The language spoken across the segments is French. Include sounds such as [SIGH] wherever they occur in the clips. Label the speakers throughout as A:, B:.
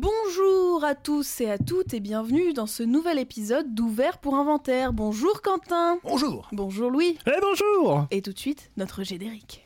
A: Bonjour à tous et à toutes et bienvenue dans ce nouvel épisode d'Ouvert pour Inventaire. Bonjour Quentin
B: Bonjour
A: Bonjour Louis
B: Eh bonjour
A: Et tout de suite, notre générique.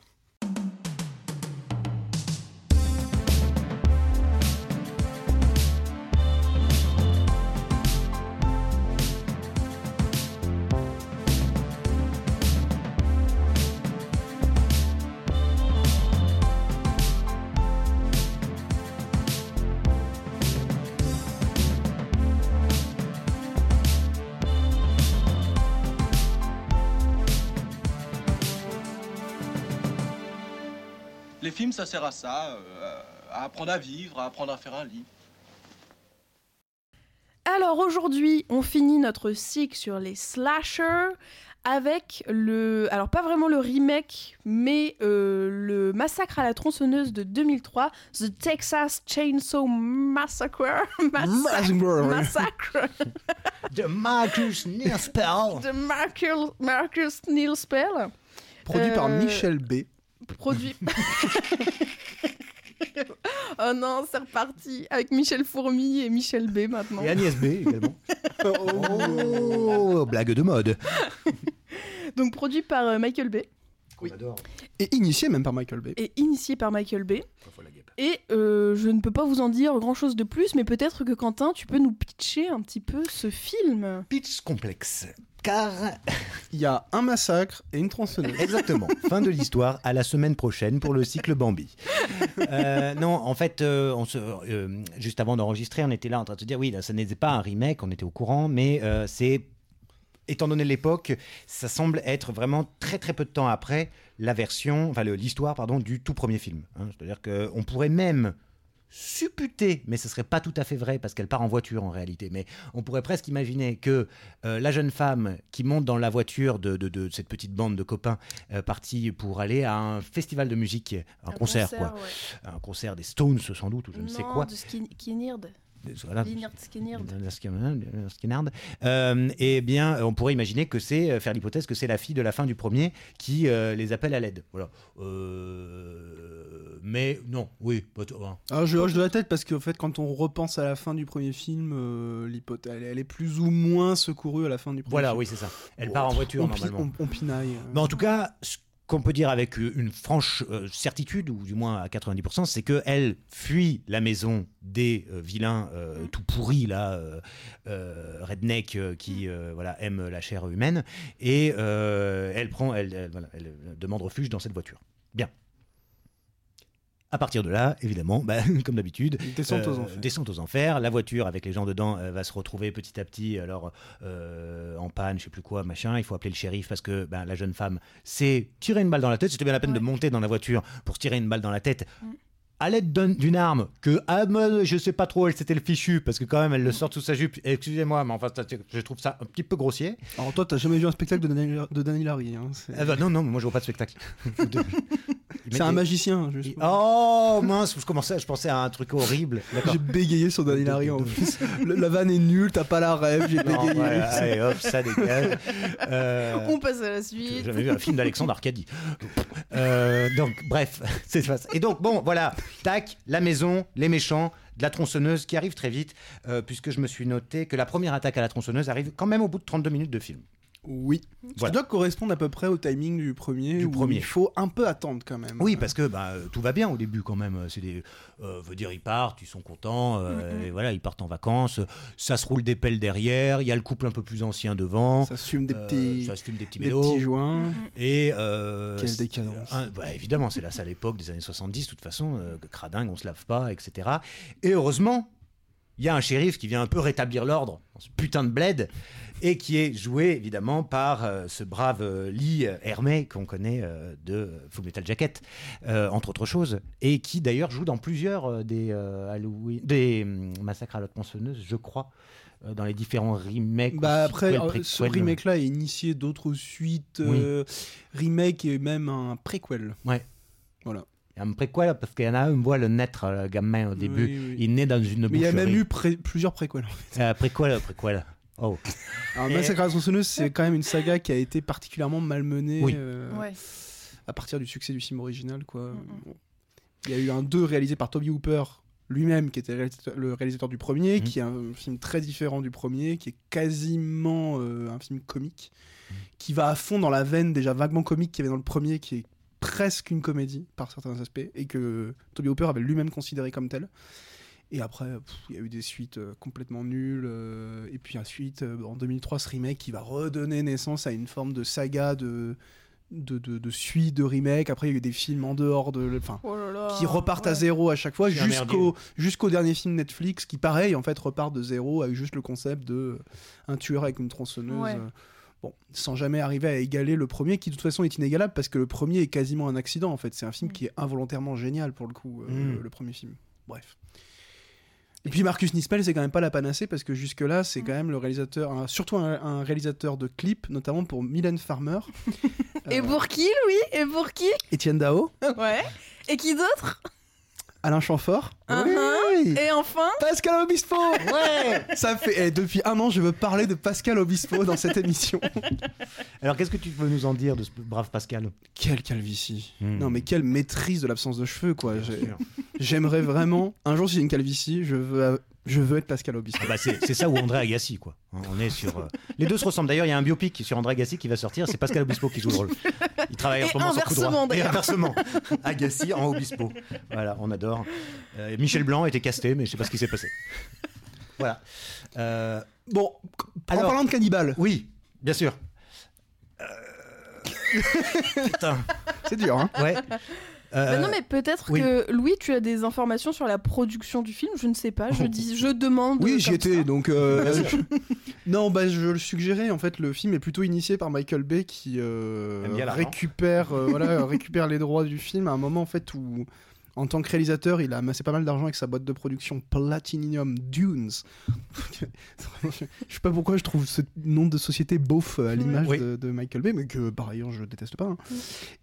C: Les films, ça sert à ça, euh, à apprendre à vivre, à apprendre à faire un lit.
A: Alors aujourd'hui, on finit notre cycle sur les slashers avec le. Alors pas vraiment le remake, mais euh, le massacre à la tronçonneuse de 2003, The Texas Chainsaw Massacre. [LAUGHS] Massa-
B: Massacre.
A: Massacre
B: De Marcus Nispel.
A: de Marcus, Marcus Neil Spell.
B: Produit par
A: Euh,
B: Michel B.
A: produit. [LAUGHS] oh non, c'est reparti avec Michel Fourmi et Michel B maintenant.
B: Et Agnès B également. oh, blague de mode.
A: Donc produit par euh, Michael Bay
B: Oui. Et initié même par Michael B.
A: et initié par Michael Bay. Et euh, je ne peux pas vous en dire grand-chose de plus, mais peut-être que Quentin, tu peux nous pitcher un petit peu ce film.
D: Pitch complexe. Car,
B: Il y a un massacre et une tronçonneuse.
D: exactement, fin de l'histoire, à la semaine prochaine pour le cycle Bambi. Euh, non, en fait, euh, on se, euh, juste avant d'enregistrer, on était là en train de se dire, oui, là, ça n'était pas un remake, on était au courant, mais euh, c'est, étant donné l'époque, ça semble être vraiment très très peu de temps après la version, enfin le- l'histoire, pardon, du tout premier film. hein. C'est-à-dire qu'on pourrait même supputer, mais ce serait pas tout à fait vrai parce qu'elle part en voiture en réalité, mais on pourrait presque imaginer que euh, la jeune femme qui monte dans la voiture de, de- de cette petite bande de copains euh, partie pour aller à un festival de musique, un, concert, quoi, un concert des Stones sans doute ou je ne sais quoi, Ah,
A: De Skin- Kinneard.
D: Voilà.
A: Lynyrd Skynyrd.
D: Skinnard. Euh, eh bien, on pourrait imaginer que c'est euh, faire l'hypothèse que c'est la fille de la fin du premier qui euh, les appelle à l'aide. Voilà. Euh, mais non, oui, pas tout- hein.
B: [LAUGHS] Alors je hoche de la tête parce qu'en fait quand on repense à la fin du premier film, euh, l'hypothèse, elle, elle est plus ou moins secourue à la fin du premier
D: voilà,
B: film.
D: oui, c'est ça. Elle part en voiture
B: on, pi-
D: normalement.
B: on- on pinaille. euh.
D: Mais en tout cas, ce qu'on peut dire avec une franche euh, certitude, ou du moins à 90%, c'est qu'elle fuit la maison des euh, vilains euh, tout pourris, là, euh, euh, redneck, euh, qui euh, voilà, aiment la chair humaine, et euh, elle, prend, elle, elle- voilà, elle, euh, demande refuge dans cette voiture. Bien. À partir de là, évidemment, bah, [LAUGHS] comme d'habitude,
B: Descente aux
D: euh,
B: enfers.
D: descente aux enfers. La voiture avec les gens dedans euh, va se retrouver petit à petit alors euh, en panne, je sais plus quoi, machin. Il faut appeler le shérif parce que ben, la jeune femme s'est tirée une balle dans la tête. C'était bien la peine
A: Ouais.
D: de monter dans la voiture pour se tirer une balle dans la tête. À l'aide d'un- d'une arme que, ah, me- je sais pas trop, elle c'était le fichu, parce que quand même elle le sort sous sa jupe. Excusez-moi, mais enfin, ça, c'est- je trouve ça un petit peu grossier.
B: Alors toi t'as jamais vu un spectacle de Daniel, de Daniel Harry. hein, C'est
D: Ah bah, non, non, moi je vois pas de
B: [LAUGHS]
D: spectacle.
B: c'est un magicien. hein, Juste.
D: Oh mince, je commençais, je pensais à un truc horrible. D'accord.
B: J'ai bégayé sur Daniel Harry en plus. Le- la vanne est nulle, t'as pas la rêve, j'ai
D: Non,
B: bégayé.
D: voilà, allez, hop, ça
B: [LAUGHS]
D: dégage. Euh,
A: On passe à la
D: J'ai
A: suite.
D: jamais vu un film d'Alexandre Arcadie. Euh, donc, bref, [LAUGHS] c'est ça. Et donc, bon, voilà, tac, la maison, les méchants, de la tronçonneuse qui arrive très vite, euh, puisque je me suis noté que la première attaque à la tronçonneuse arrive quand même au bout de 32 minutes de film.
B: Oui. Ça
D: Voilà.
B: doit correspondre à peu près au timing du premier.
D: Du
B: où
D: premier.
B: Il faut un peu attendre quand même.
D: Oui, parce que bah, euh, tout va bien au début quand même. C'est des, euh, veut dire ils partent, ils sont contents,
B: Mm,
D: euh, et voilà, ils partent en vacances. Ça se roule des pelles derrière. Il y a le couple un peu plus ancien devant.
B: Ça se fume des
D: Euh,
B: petits,
D: ça se fume des petits
B: des
D: mélos.
B: petits joints.
D: Et euh,
B: Quelle
D: c'est-
B: décadence.
D: un- bah, évidemment, c'est la sale époque des années 70, de toute façon, euh, que cradingue, on se lave pas, etc. Et heureusement, il y a un shérif qui vient un peu rétablir l'ordre dans ce putain de bled, et qui est joué évidemment par euh, ce brave euh, Lee Hermé qu'on connaît euh, de Full Metal Jacket, euh, entre autres choses, et qui d'ailleurs joue dans plusieurs euh, des, euh, Halloween- des hum, massacres à la tronçonneuse, je crois, euh, dans les différents remakes. ou
B: Bah après,
D: sequels,
B: euh,
D: préquels.
B: ce remake-là est initié d'autres suites,
D: Oui.
B: euh, remake et même un préquel.
D: Un préquel, parce qu'il y en a un, on voit le naître, le gamin, au début.
B: Oui, oui.
D: Il naît dans une
B: Mais il y a
D: boucherie.
B: même eu pré- plusieurs préquels.
D: Euh, préquel, préquel. Oh.
B: Alors,
D: Et-
B: Massacre à la tronçonneuse, c'est quand même une saga qui a été particulièrement malmenée
D: Oui.
B: euh,
A: Ouais.
B: à partir du succès du film original. Quoi.
A: Mm, mm.
B: Bon. Il y a eu un 2 réalisé par Toby Hooper, lui-même, qui était réalisateur- le réalisateur du premier,
D: Mhm.
B: qui est un film très différent du premier, qui est quasiment euh, un film comique, qui va à fond dans la veine déjà vaguement comique qu'il y avait dans le premier, qui est presque une comédie par certains aspects, et que Toby Hooper avait lui-même considéré comme tel. Et après, pff, il y a eu des suites euh, complètement nulles. euh, et puis ensuite, euh, en 2003, ce remake qui va redonner naissance à une forme de saga de, de, de, de suite, de remake. Après, il y a eu des films en dehors de... Enfin,
A: Oh là là,
B: qui repartent à
A: ouais.
B: zéro à chaque fois
D: Qui est un
B: jusqu'au jusqu'au dernier film Netflix qui pareil en fait repart de zéro avec juste le concept de euh, un tueur avec une tronçonneuse
A: Ouais.
B: euh, bon sans jamais arriver à égaler le premier qui de toute façon est inégalable parce que le premier est quasiment un accident en fait c'est un film
A: Mm.
B: qui est involontairement génial pour le coup euh,
D: Mm.
B: le, le premier film bref et puis Marcus Nispel, c'est quand même pas la panacée parce que jusque-là, c'est
A: Mm.
B: quand même le réalisateur, un- surtout un, un réalisateur de clips, notamment pour Mylène Farmer,
A: [LAUGHS] Et
B: euh,
A: pour qui, Louis Et pour qui
B: Étienne Dao,
A: [LAUGHS] Ouais. Et qui d'autre
B: Alain Chamfort,
A: Uhum.
B: Oui.
A: Et enfin
B: Pascal Obispo Ouais Ça fait eh, depuis un an je veux parler de Pascal Obispo dans cette émission.
D: Alors qu'est-ce que tu peux nous en dire de ce brave Pascal
B: Quelle calvitie
D: Hmm.
B: Non mais euh, quelle maîtrise de l'absence de cheveux quoi.
D: Bien
B: J'ai-
D: sûr.
B: J'aimerais vraiment un jour si j'ai une calvitie, je veux euh, je veux être Pascal Obispo.
D: Ah bah, c'est c'est ça ou André Agassi quoi. Hein, On est sur euh, les deux se ressemblent d'ailleurs. Il y a un biopic sur André Agassi qui va sortir. C'est Pascal Obispo qui joue le rôle. Il travaille en
A: Et
D: ce moment sur coup droit.
A: inversement, d'ailleurs.
D: Et inversement. Agassi en Obispo. Voilà, on adore. Euh, Michel Blanc était casté, mais je sais pas ce qui s'est passé. Voilà. Euh,
B: Bon, en
D: Alors-
B: parlant de cannibale,
D: oui, bien sûr. Euh, Putain.
B: c'est dur hein.
D: Ouais. Euh,
A: Bah non, mais peut-être
D: oui.
A: que Louis, tu as des informations sur la production du film. Je ne sais pas. Je dis, je demande.
B: Oui,
A: euh,
B: j'y
A: comme
B: étais
A: ça.
B: donc euh, Non, bah je le suggérais en fait le film est plutôt initié par Michael Bay qui euh,
D: Aime bien l'argent.
B: récupère euh, voilà, récupère les droits du film à un moment en fait où en tant que réalisateur, il a amassé pas mal d'argent avec sa boîte de production Platinum Dunes. [LAUGHS] je sais pas pourquoi je trouve ce nom de société beauf euh, à l'image
D: Oui.
B: de, de Michael Bay, mais que par ailleurs je déteste pas. hein.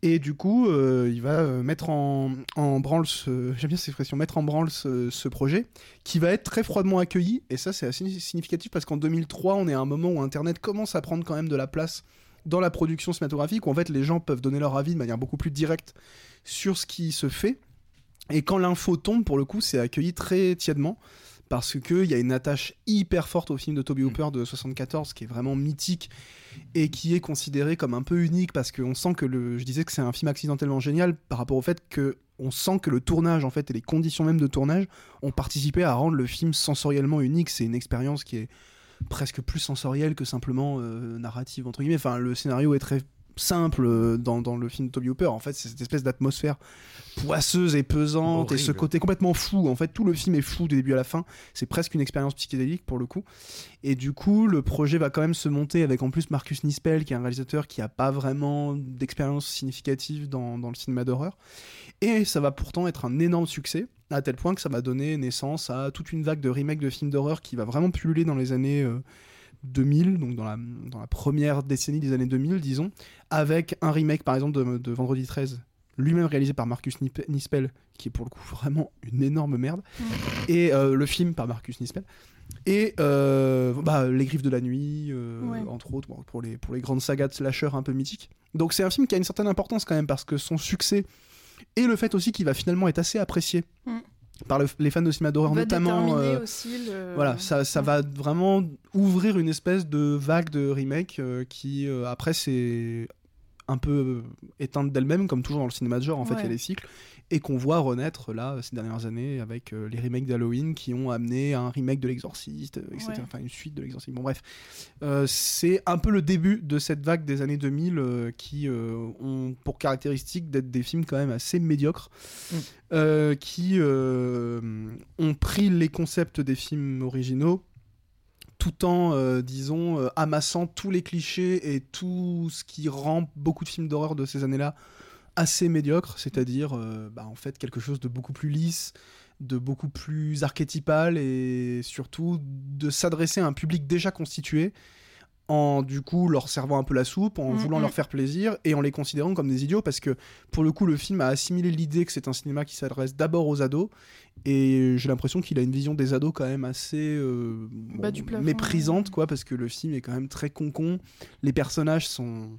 B: Et du coup, euh, il va euh, mettre en, en branle ce. J'aime bien cette expression, mettre en branle ce, ce projet, qui va être très froidement accueilli. Et ça, c'est assez significatif parce qu'en 2003, on est à un moment où Internet commence à prendre quand même de la place dans la production cinématographique, où en fait les gens peuvent donner leur avis de manière beaucoup plus directe sur ce qui se fait. Et quand l'info tombe, pour le coup, c'est accueilli très tièdement parce qu'il y a une attache hyper forte au film de Toby Hooper de 74 qui est vraiment mythique et qui est considéré comme un peu unique parce qu'on sent que le je disais que c'est un film accidentellement génial par rapport au fait que on sent que le tournage en fait et les conditions même de tournage ont participé à rendre le film sensoriellement unique c'est une expérience qui est presque plus sensorielle que simplement euh, narrative entre guillemets enfin le scénario est très simple euh, dans, dans le film de Toby Hooper en fait c'est cette espèce d'atmosphère poisseuse et pesante et ce
D: Horrible.
B: côté complètement fou en fait tout le film est fou du début à la fin c'est presque une expérience psychédélique pour le coup. Et du coup, le projet va quand même se monter avec en plus Marcus Nispel, qui est un réalisateur qui n'a pas vraiment d'expérience significative dans, dans le cinéma d'horreur. Et ça va pourtant être un énorme succès, à tel point que ça va donner naissance à toute une vague de remakes de films d'horreur qui va vraiment pulluler dans les années euh, 2000, donc dans la, dans la première décennie des années 2000, disons, avec un remake par exemple de, de Vendredi 13 lui-même réalisé par Marcus Nip- Nispel, qui est pour le coup [LAUGHS] vraiment une énorme merde, et euh, le film par Marcus Nispel, et euh, bah, Les Griffes de la Nuit, euh,
A: Ouais.
B: entre autres, bon, pour, les, pour les grandes sagas de slasher un peu mythiques. Donc c'est un film qui a une certaine importance quand même, parce que son succès, et le fait aussi qu'il va finalement être assez apprécié
A: Mm.
B: par le- les fans de cinéma d'horreur,
A: Va
B: notamment...
A: déterminer
B: euh,
A: aussi le-
B: voilà, ça, ça va vraiment ouvrir une espèce de vague de remake euh, qui, euh, après, c'est un peu euh, éteinte d'elle-même, comme toujours dans le cinéma de genre, en fait, il y a
A: Ouais.
B: des cycles, et qu'on voit renaître, là, ces dernières années, avec euh, les remakes d'Halloween qui ont amené à un remake de L'Exorciste, euh, etc.
A: Ouais.
B: Enfin, une suite de L'Exorciste. Bon, bref. Euh, c'est un peu le début de cette vague des années 2000 euh, qui euh, ont pour caractéristique d'être des films quand même assez médiocres,
D: Mm.
B: euh, qui euh, ont pris les concepts des films originaux tout en, euh, disons, euh, amassant tous les clichés et tout ce qui rend beaucoup de films d'horreur de ces années-là assez médiocres, c'est-à-dire euh, bah, en fait quelque chose de beaucoup plus lisse, de beaucoup plus archétypal et surtout de s'adresser à un public déjà constitué en du coup leur servant un peu la soupe, en
A: Mm,
B: voulant
A: mm.
B: leur faire plaisir et en les considérant comme des idiots parce que pour le coup le film a assimilé l'idée que c'est un cinéma qui s'adresse d'abord aux ados et j'ai l'impression qu'il a une vision des ados quand même assez euh,
A: Bah, du plafond,
B: méprisante
A: ouais.
B: quoi parce que le film est quand même très concon, les personnages sont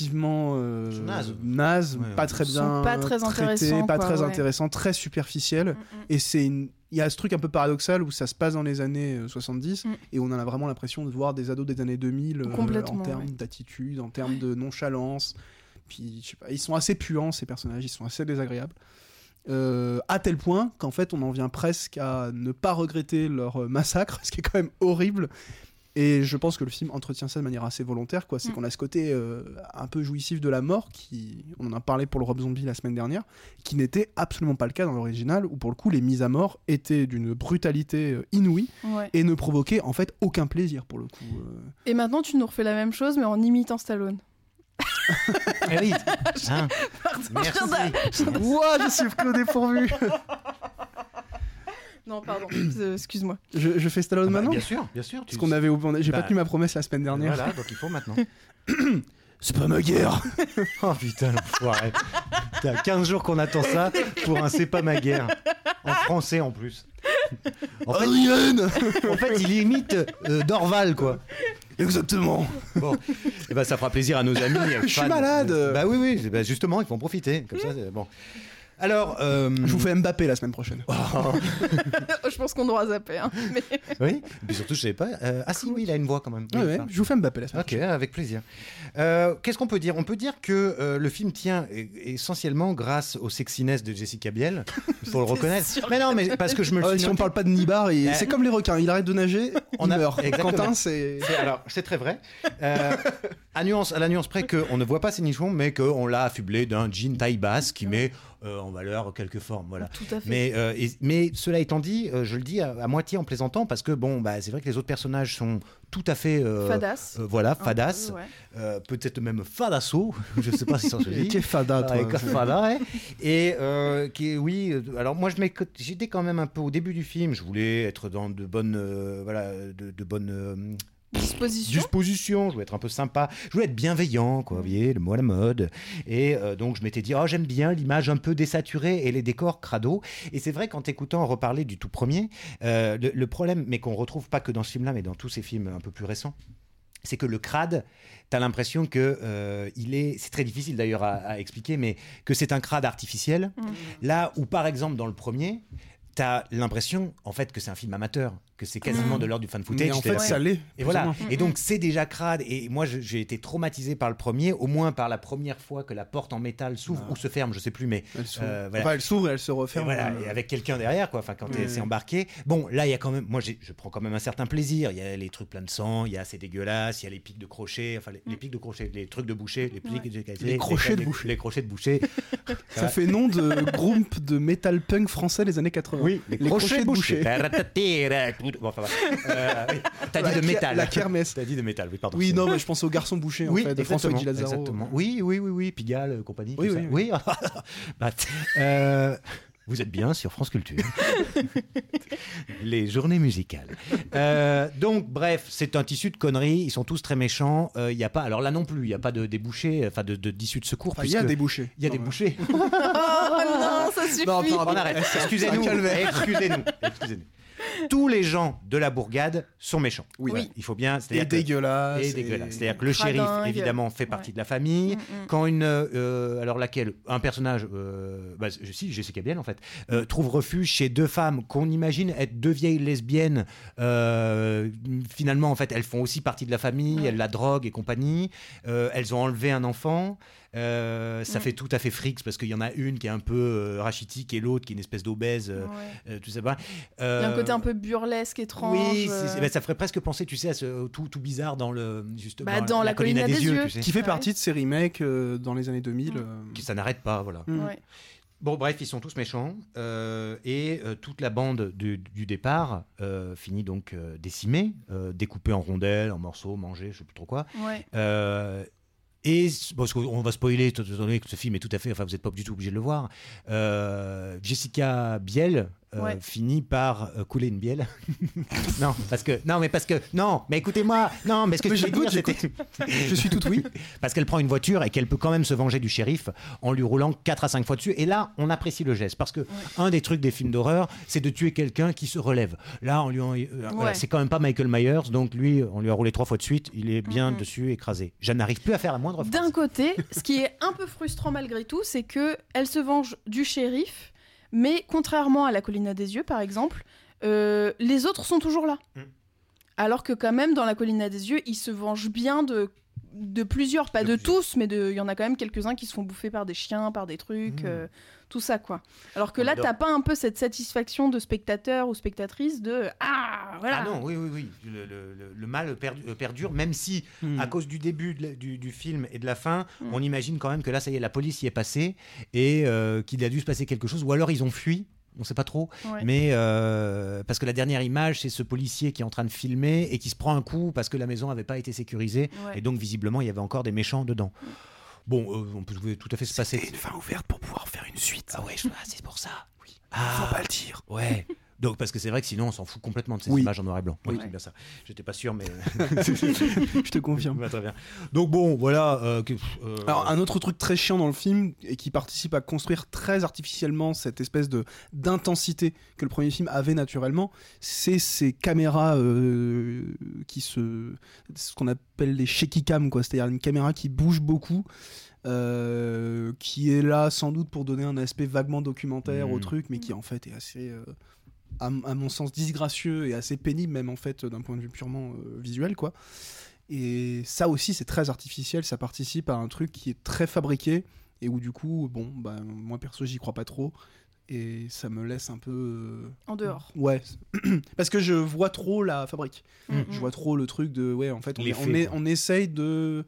B: relativement euh,
D: Ils sont nazes.
B: nazes,
D: Ouais,
B: pas
D: ouais.
B: très
A: Ils sont
B: bien
A: pas très
B: traités,
A: intéressants,
B: pas
A: quoi,
B: très
A: ouais.
B: intéressants, très superficiels.
A: Mm,
B: Et c'est une- il y a ce truc un peu paradoxal où ça se passe dans les années euh, 70
A: Mm.
B: et on a vraiment l'impression de voir des ados des années 2000 euh,
A: Complètement,
B: en termes
A: ouais.
B: d'attitude, en termes de nonchalance. Puis je sais pas, ils sont assez puants ces personnages, ils sont assez désagréables. Euh, à tel point qu'en fait on en vient presque à ne pas regretter leur euh, massacre, [LAUGHS] ce qui est quand même horrible. Et je pense que le film entretient ça de manière assez volontaire, quoi. C'est
A: Mm.
B: qu'on a ce côté euh, un peu jouissif de la mort, qui on en a parlé pour le Rob Zombie la semaine dernière, qui n'était absolument pas le cas dans l'original, où pour le coup les mises à mort étaient d'une brutalité euh, inouïe
A: mm, ouais.
B: et ne provoquaient en fait aucun plaisir pour le coup. euh.
A: Et maintenant, tu nous refais la même chose, mais en imitant Stallone.
D: Eh [LAUGHS] oui. Hein, merci.
B: [LAUGHS]
D: Bah,
B: Ouah, je suis au dépourvu.
A: Non, pardon, euh,
B: [LAUGHS]
A: excuse-moi.
B: [LAUGHS] Je, je fais Stallone
D: Ah bah,
B: maintenant
D: bien sûr, bien sûr. tu-
B: parce qu'on avait, on a- j'ai
D: Bah,
B: pas tenu ma promesse la semaine dernière.
D: Voilà, donc il faut maintenant. [CLEARS THROAT]
B: C'est pas ma guerre.
D: [LAUGHS] Oh putain, l'enfoiré. T'as 15 jours qu'on attend ça pour un C'est pas ma guerre. En français en plus. En fait,
B: Alien
D: en fait, il imite euh, Dorval, quoi.
B: Exactement.
D: Bon, et ben, ça fera plaisir à nos [LAUGHS] amis. euh,
B: Je suis
D: fans.
B: malade.
D: Bah oui, oui, bah, justement, il faut en profiter. Comme ça, c'est- bon. Alors, euh,
B: Je vous fais Mbappé la semaine prochaine.
D: Ah,
A: je pense qu'on aura zappé. hein, mais-
D: oui, mais surtout, je sais pas. euh, ah si, oui, il a une voix quand même. Oui,
B: Ouais, ouais,
D: ça.
B: je vous fais Mbappé la semaine
D: Ok, avec plaisir. Euh, Qu'est-ce qu'on peut dire On peut dire que euh, le film tient e- essentiellement grâce au sexiness de Jessica [LAUGHS] Biel, pour le reconnaître.
A: sûre
D: Mais non, mais parce que je me le
B: prochaine.
D: suis
B: Ah, si on
D: noté.
B: parle pas de Nibar, il-
D: Eh.
B: c'est comme les requins, il arrête de nager,
D: [LAUGHS] On
B: on il
D: a-
B: meurt.
D: Exactement.
B: Quentin, c'est.
D: C'est- Alors, c'est très vrai. Euh, à, nuance, à la nuance près qu'on ne voit pas ses nichons, mais qu'on l'a affublé d'un jean taille basse qui met euh, en valeur quelques formes. Voilà.
A: Tout à fait.
D: Mais, euh, et- mais cela étant dit, euh, je le dis à, à moitié en plaisantant, parce que bon, bah, c'est vrai que les autres personnages sont tout à fait. euh,
A: Fadas.
D: euh, voilà,
A: Un
D: fadas.
A: peu, ouais.
D: Euh, peut-être même fadasso, je Ah, sais pas si ça se
B: Et
D: dit.
B: qu'est fada, toi.
D: Avec
B: [LAUGHS]
D: Fada, ouais. Et euh, qui, oui, euh, alors moi je m'écoute- j'étais quand même un peu au début du film, je voulais être dans de bonnes, euh, voilà, de, de bonnes euh,
A: Disposition.
D: dispositions, je voulais être un peu sympa, je voulais être bienveillant, quoi, vous voyez, le mot à la mode. Et euh, donc je m'étais dit, oh j'aime bien l'image un peu désaturée et les décors crado. Et c'est vrai qu'en t'écoutant reparler du tout premier, euh, le, le problème, mais qu'on retrouve pas que dans ce film-là, mais dans tous ces films un peu plus récents, c'est que le crade, t'as l'impression que euh, il est, c'est très difficile d'ailleurs à, à expliquer, mais que c'est un crade artificiel. Là où par exemple dans le premier, t'as l'impression en fait que c'est un film amateur, que c'est quasiment
A: Mm.
D: de l'ordre du fan footage.
B: Mais en
D: t'es
B: fait,
D: là-
B: ça l'est.
D: et
B: plus ou
D: voilà.
B: moins.
D: Et donc c'est déjà crade. Et moi je- j'ai été traumatisé par le premier, au moins par la première fois que la porte en métal s'ouvre ou se ferme, je sais plus, mais
B: Elle s'ouvre
D: Euh, voilà.
B: Enfin, elle s'ouvre et elle se
D: et
B: referme.
D: voilà,
B: Euh,
D: et avec quelqu'un derrière, quoi. Enfin, quand
B: Ouais.
D: t'es- c'est embarqué. Bon, là, il y a quand même. Moi, j'ai- je prends quand même un certain plaisir. Il y a les trucs pleins de sang, il y a c'est dégueulasse, il y a les pics de crochet, enfin, les, les pics de crochet, les trucs de boucher, les pics de
B: Les crochets de boucher.
D: Les crochets de
B: [LAUGHS]
D: boucher.
B: Ça fait nom de
D: [LAUGHS]
B: groupe de metal punk français des années 80.
D: les, crochets, de boucher. Taratatira, tout- bon, enfin, voilà.
B: [LAUGHS]
D: Euh, oui. T'as dit
B: La
D: de
B: ker-
D: métal.
B: la kermesse.
D: T'as dit de métal, oui, pardon.
B: Oui, non, mais je pense au garçon boucher en fait, de François
D: exactement,
B: Guilazaro.
D: exactement. Oui, oui, oui, oui, Pigalle, euh, compagnie.
B: Oui,
D: tout
B: oui,
D: ça. [LAUGHS] Bah, t- euh, vous êtes bien sur France
B: [LAUGHS]
D: Culture. Les journées musicales. Euh, donc, bref, c'est un tissu de conneries. Ils sont tous très méchants. Euh, Il y a pas, alors là non plus, il n'y a pas de débouché, enfin de, de d'issue de secours.
B: Enfin, il y a
D: puisque-
B: des bouchers.
D: il y a des
B: Non,
D: bouchées.
A: Oh non, ça suffit.
B: Non, pardon.
D: On arrête.
B: [LAUGHS] C'est un-
D: Excusez-nous.
B: c'est un calvaire.
D: Excusez-nous. Excusez-nous. Tous les gens de la bourgade sont méchants.
B: Oui.
D: Voilà, Il faut bien.
B: Et
D: c'est-à-dire que-
B: dégueulasse.
D: et dégueulasse. C'est-à-dire que le
A: Cradingue.
D: shérif, évidemment, fait partie
A: Ouais.
D: de la famille.
A: Mm, mm.
D: Quand une. euh, alors, laquelle Un personnage. Euh, bah, je- si, Jessica Biel, en fait. euh, trouve refuge chez deux femmes qu'on imagine être deux vieilles lesbiennes. euh, finalement, en fait, elles font aussi partie de la famille.
A: Ouais.
D: Elles la droguent et compagnie. Euh, elles ont enlevé un enfant. Euh, ça
A: Mm.
D: fait tout à fait frix parce qu'il y en a une qui est un peu euh, rachitique et l'autre qui est une espèce d'obèse. euh,
A: Ouais.
D: euh, tout ça. voilà.
A: Il y a un
D: Euh,
A: côté un peu burlesque, étrange.
D: oui, c'est- c'est-
A: euh,
D: bah, ça ferait presque penser, tu sais, à ce tout, tout bizarre dans le justement
A: Bah, dans La colline à des yeux.
D: tu sais,
B: Qui fait
A: Ouais.
B: partie de ces remakes euh, dans les années 2000.
A: Mm.
B: euh,
D: qui- ça n'arrête pas, voilà.
B: Mm.
A: ouais.
D: Bon, bref, ils sont tous méchants euh, et euh, toute la bande du, du départ euh, finit donc euh, décimée, euh, découpée en rondelles, en morceaux, mangée, je sais plus trop quoi.
A: ouais.
D: Euh, et s- parce qu'on va spoiler, étant donné que ce film est tout à fait, enfin vous n'êtes pas du tout obligé de le voir. euh, Jessica Biel euh,
A: Ouais.
D: finit par euh, couler une bielle. [LAUGHS] non, parce que non, mais parce que non, mais écoutez-moi, non, mais ce que
B: Mais
D: je veux
B: j'écoute,
D: dire, c'était
B: Je suis tout oui.
D: [LAUGHS] parce qu'elle prend une voiture et qu'elle peut quand même se venger du shérif en lui roulant 4 à 5 fois dessus. Et là, on apprécie le geste parce que un des trucs des films d'horreur, c'est de tuer quelqu'un qui se relève. Là, on lui, en- euh, voilà,
A: Ouais.
D: c'est quand même pas Michael Myers, donc lui, on lui a roulé trois fois de suite. Il est bien
A: Mhm.
D: dessus, écrasé. Je n'arrive plus à faire la moindre. phrase.
A: D'un côté, ce qui est un peu frustrant malgré tout, c'est que elle se venge du shérif, mais contrairement à la colline à des yeux, par exemple, euh, les autres sont toujours là.
D: Mm.
A: Alors que quand même, dans la colline à des yeux, ils se vengent bien de de plusieurs, pas
D: De
A: de,
D: plusieurs.
A: tous, mais de- il y en a quand même quelques-uns qui se font bouffer par des chiens, par des trucs,
D: Mm.
A: euh, tout ça quoi. Alors que
D: Non,
A: là,
D: mais dans-
A: t'as pas un peu cette satisfaction de spectateur ou spectatrice de ah voilà.
D: Ah non, oui, oui, oui. Le, le- le- le mal perdu- euh, perdure, même si,
B: Mm.
A: Hmm.
D: à cause du début de la- du, du film et de la fin,
A: Mm.
D: on imagine quand même que là, ça y est, la police y est passée et euh, qu'il a dû se passer quelque chose, ou alors ils ont fui. On sait pas trop,
A: Ouais.
D: mais euh, parce que la dernière image, c'est ce policier qui est en train de filmer et qui se prend un coup parce que la maison n'avait pas été sécurisée
A: Ouais.
D: et donc visiblement il y avait encore des méchants dedans. Bon, euh, on peut tout à fait se passer.
B: C'était une fin ouverte pour pouvoir faire une suite.
D: Ah ouais, je- ah, c'est pour ça.
B: Faut
D: Ah,
B: pas le dire.
D: Ouais. Donc, parce que c'est vrai que sinon, on s'en fout complètement de ces
B: Oui.
D: images en noir et blanc. Oui,
A: Oui.
D: c'est bien ça. J'étais pas sûr, mais.
B: [LAUGHS] Je te
D: [LAUGHS]
B: confirme.
D: Bah, très bien. Donc, bon, voilà. euh, que- euh,
B: Alors un autre truc très chiant dans le film et qui participe à construire très artificiellement cette espèce de d'intensité que le premier film avait naturellement, c'est ces caméras euh, qui se ce qu'on appelle les shaky cam quoi, c'est-à-dire une caméra qui bouge beaucoup. euh, qui est là sans doute pour donner un aspect vaguement documentaire
D: Mhm.
B: au truc, mais qui en fait est assez, euh, à, m- à mon sens, disgracieux et assez pénible même en fait d'un point de vue purement euh, visuel quoi. Et ça aussi, c'est très artificiel, ça participe à un truc qui est très fabriqué, et où du coup, bon, bah, moi perso, j'y crois pas trop, et ça me laisse un peu... euh,
A: En dehors.
B: Ouais, [CLEARS THROAT] parce que je vois trop la fabrique,
D: Mm.
A: Mm,
B: je
A: mm.
B: vois trop le truc de, ouais, en fait, on,
D: Les
B: est- on
D: faits,
B: est-
D: quoi.
B: on essaye de,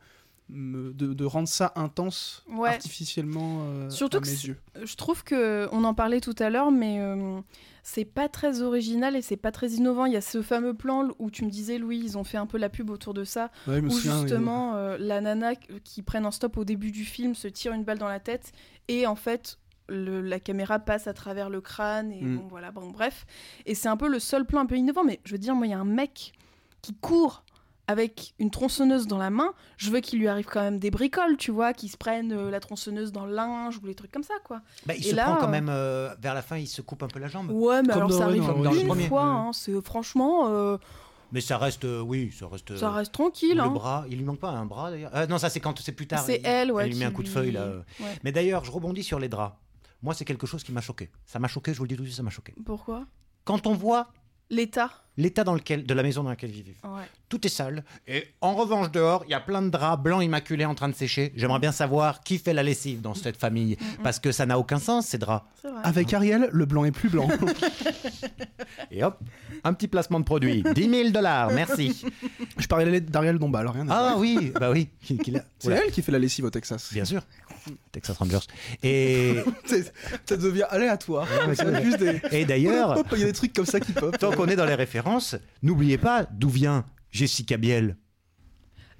B: me- de, de rendre ça intense
A: Ouais.
B: artificiellement euh,
A: Surtout
B: à
A: que
B: mes
A: c'est-
B: yeux.
A: Je trouve que on en parlait tout à l'heure, mais euh, c'est pas très original et c'est pas très innovant. Il y a ce fameux plan où tu me disais, Louis, ils ont fait un peu la pub autour de ça,
B: Ouais, je me
A: où
B: souviens,
A: justement euh, la nana qu- qui prennent un stop au début du film se tire une balle dans la tête et en fait le- la caméra passe à travers le crâne et
B: Mm.
A: bon voilà, bon bref. Et c'est un peu le seul plan un peu innovant, mais je veux dire, moi, il y a un mec qui court avec une tronçonneuse dans la main, je veux qu'il lui arrive quand même des bricoles, tu vois, qui se prennent euh, la tronçonneuse dans le linge ou les trucs comme ça, quoi.
D: bah, il
A: et
D: se
A: là,
D: prend
A: euh,
D: quand même. euh, vers la fin, il se coupe un peu la jambe.
A: Ouais, mais
B: Comme
A: alors
B: dans-
A: ça
B: ouais,
A: arrive
B: dans-
D: dans le
A: une
D: premier.
A: fois.
D: Ouais.
A: hein, c'est franchement, euh,
D: Mais ça reste. euh, oui, ça reste.
A: ça
D: euh,
A: reste tranquille.
D: Le
A: hein.
D: bras, il lui manque pas un bras d'ailleurs. Ah, non, ça c'est quand c'est plus tard.
A: C'est
D: il-
A: elle, ouais.
D: lui met
A: qui
D: un coup de feuille, là.
A: Ouais.
D: Mais d'ailleurs, je rebondis sur les draps. Moi, c'est quelque chose qui m'a choqué. Ça m'a choqué, je vous le dis tout de suite, ça m'a choqué.
A: Pourquoi
D: Quand on voit
A: L'état.
D: l'état dans lequel, de la maison dans laquelle ils vivent,
A: Ouais.
D: tout est sale. Et en revanche, dehors, il y a plein de draps blancs immaculés en train de sécher. J'aimerais bien savoir qui fait la lessive dans cette famille,
A: Mm, mm.
D: parce que ça n'a aucun sens ces draps.
A: C'est vrai.
B: Avec Ariel, le blanc est
A: [LAUGHS]
B: plus blanc. [LAUGHS]
D: Et hop, un petit placement de produit,
B: [LAUGHS]
D: 10 000 dollars, merci.
B: je parlais d'Ariel Dombal, alors rien à voir.
D: Ah oui, bah oui, qui- qui l'a-
B: C'est elle qui fait la lessive au Texas.
D: bien sûr, Texas Rangers. Et,
B: [LAUGHS] C'est- ça devient aléatoire.
D: mais c'est
B: C'est juste des...
D: et d'ailleurs,
B: Hop, [LAUGHS] il y a des trucs comme ça qui pop.
D: tant qu'on est dans les références, n'oubliez pas d'où vient Jessica Biel.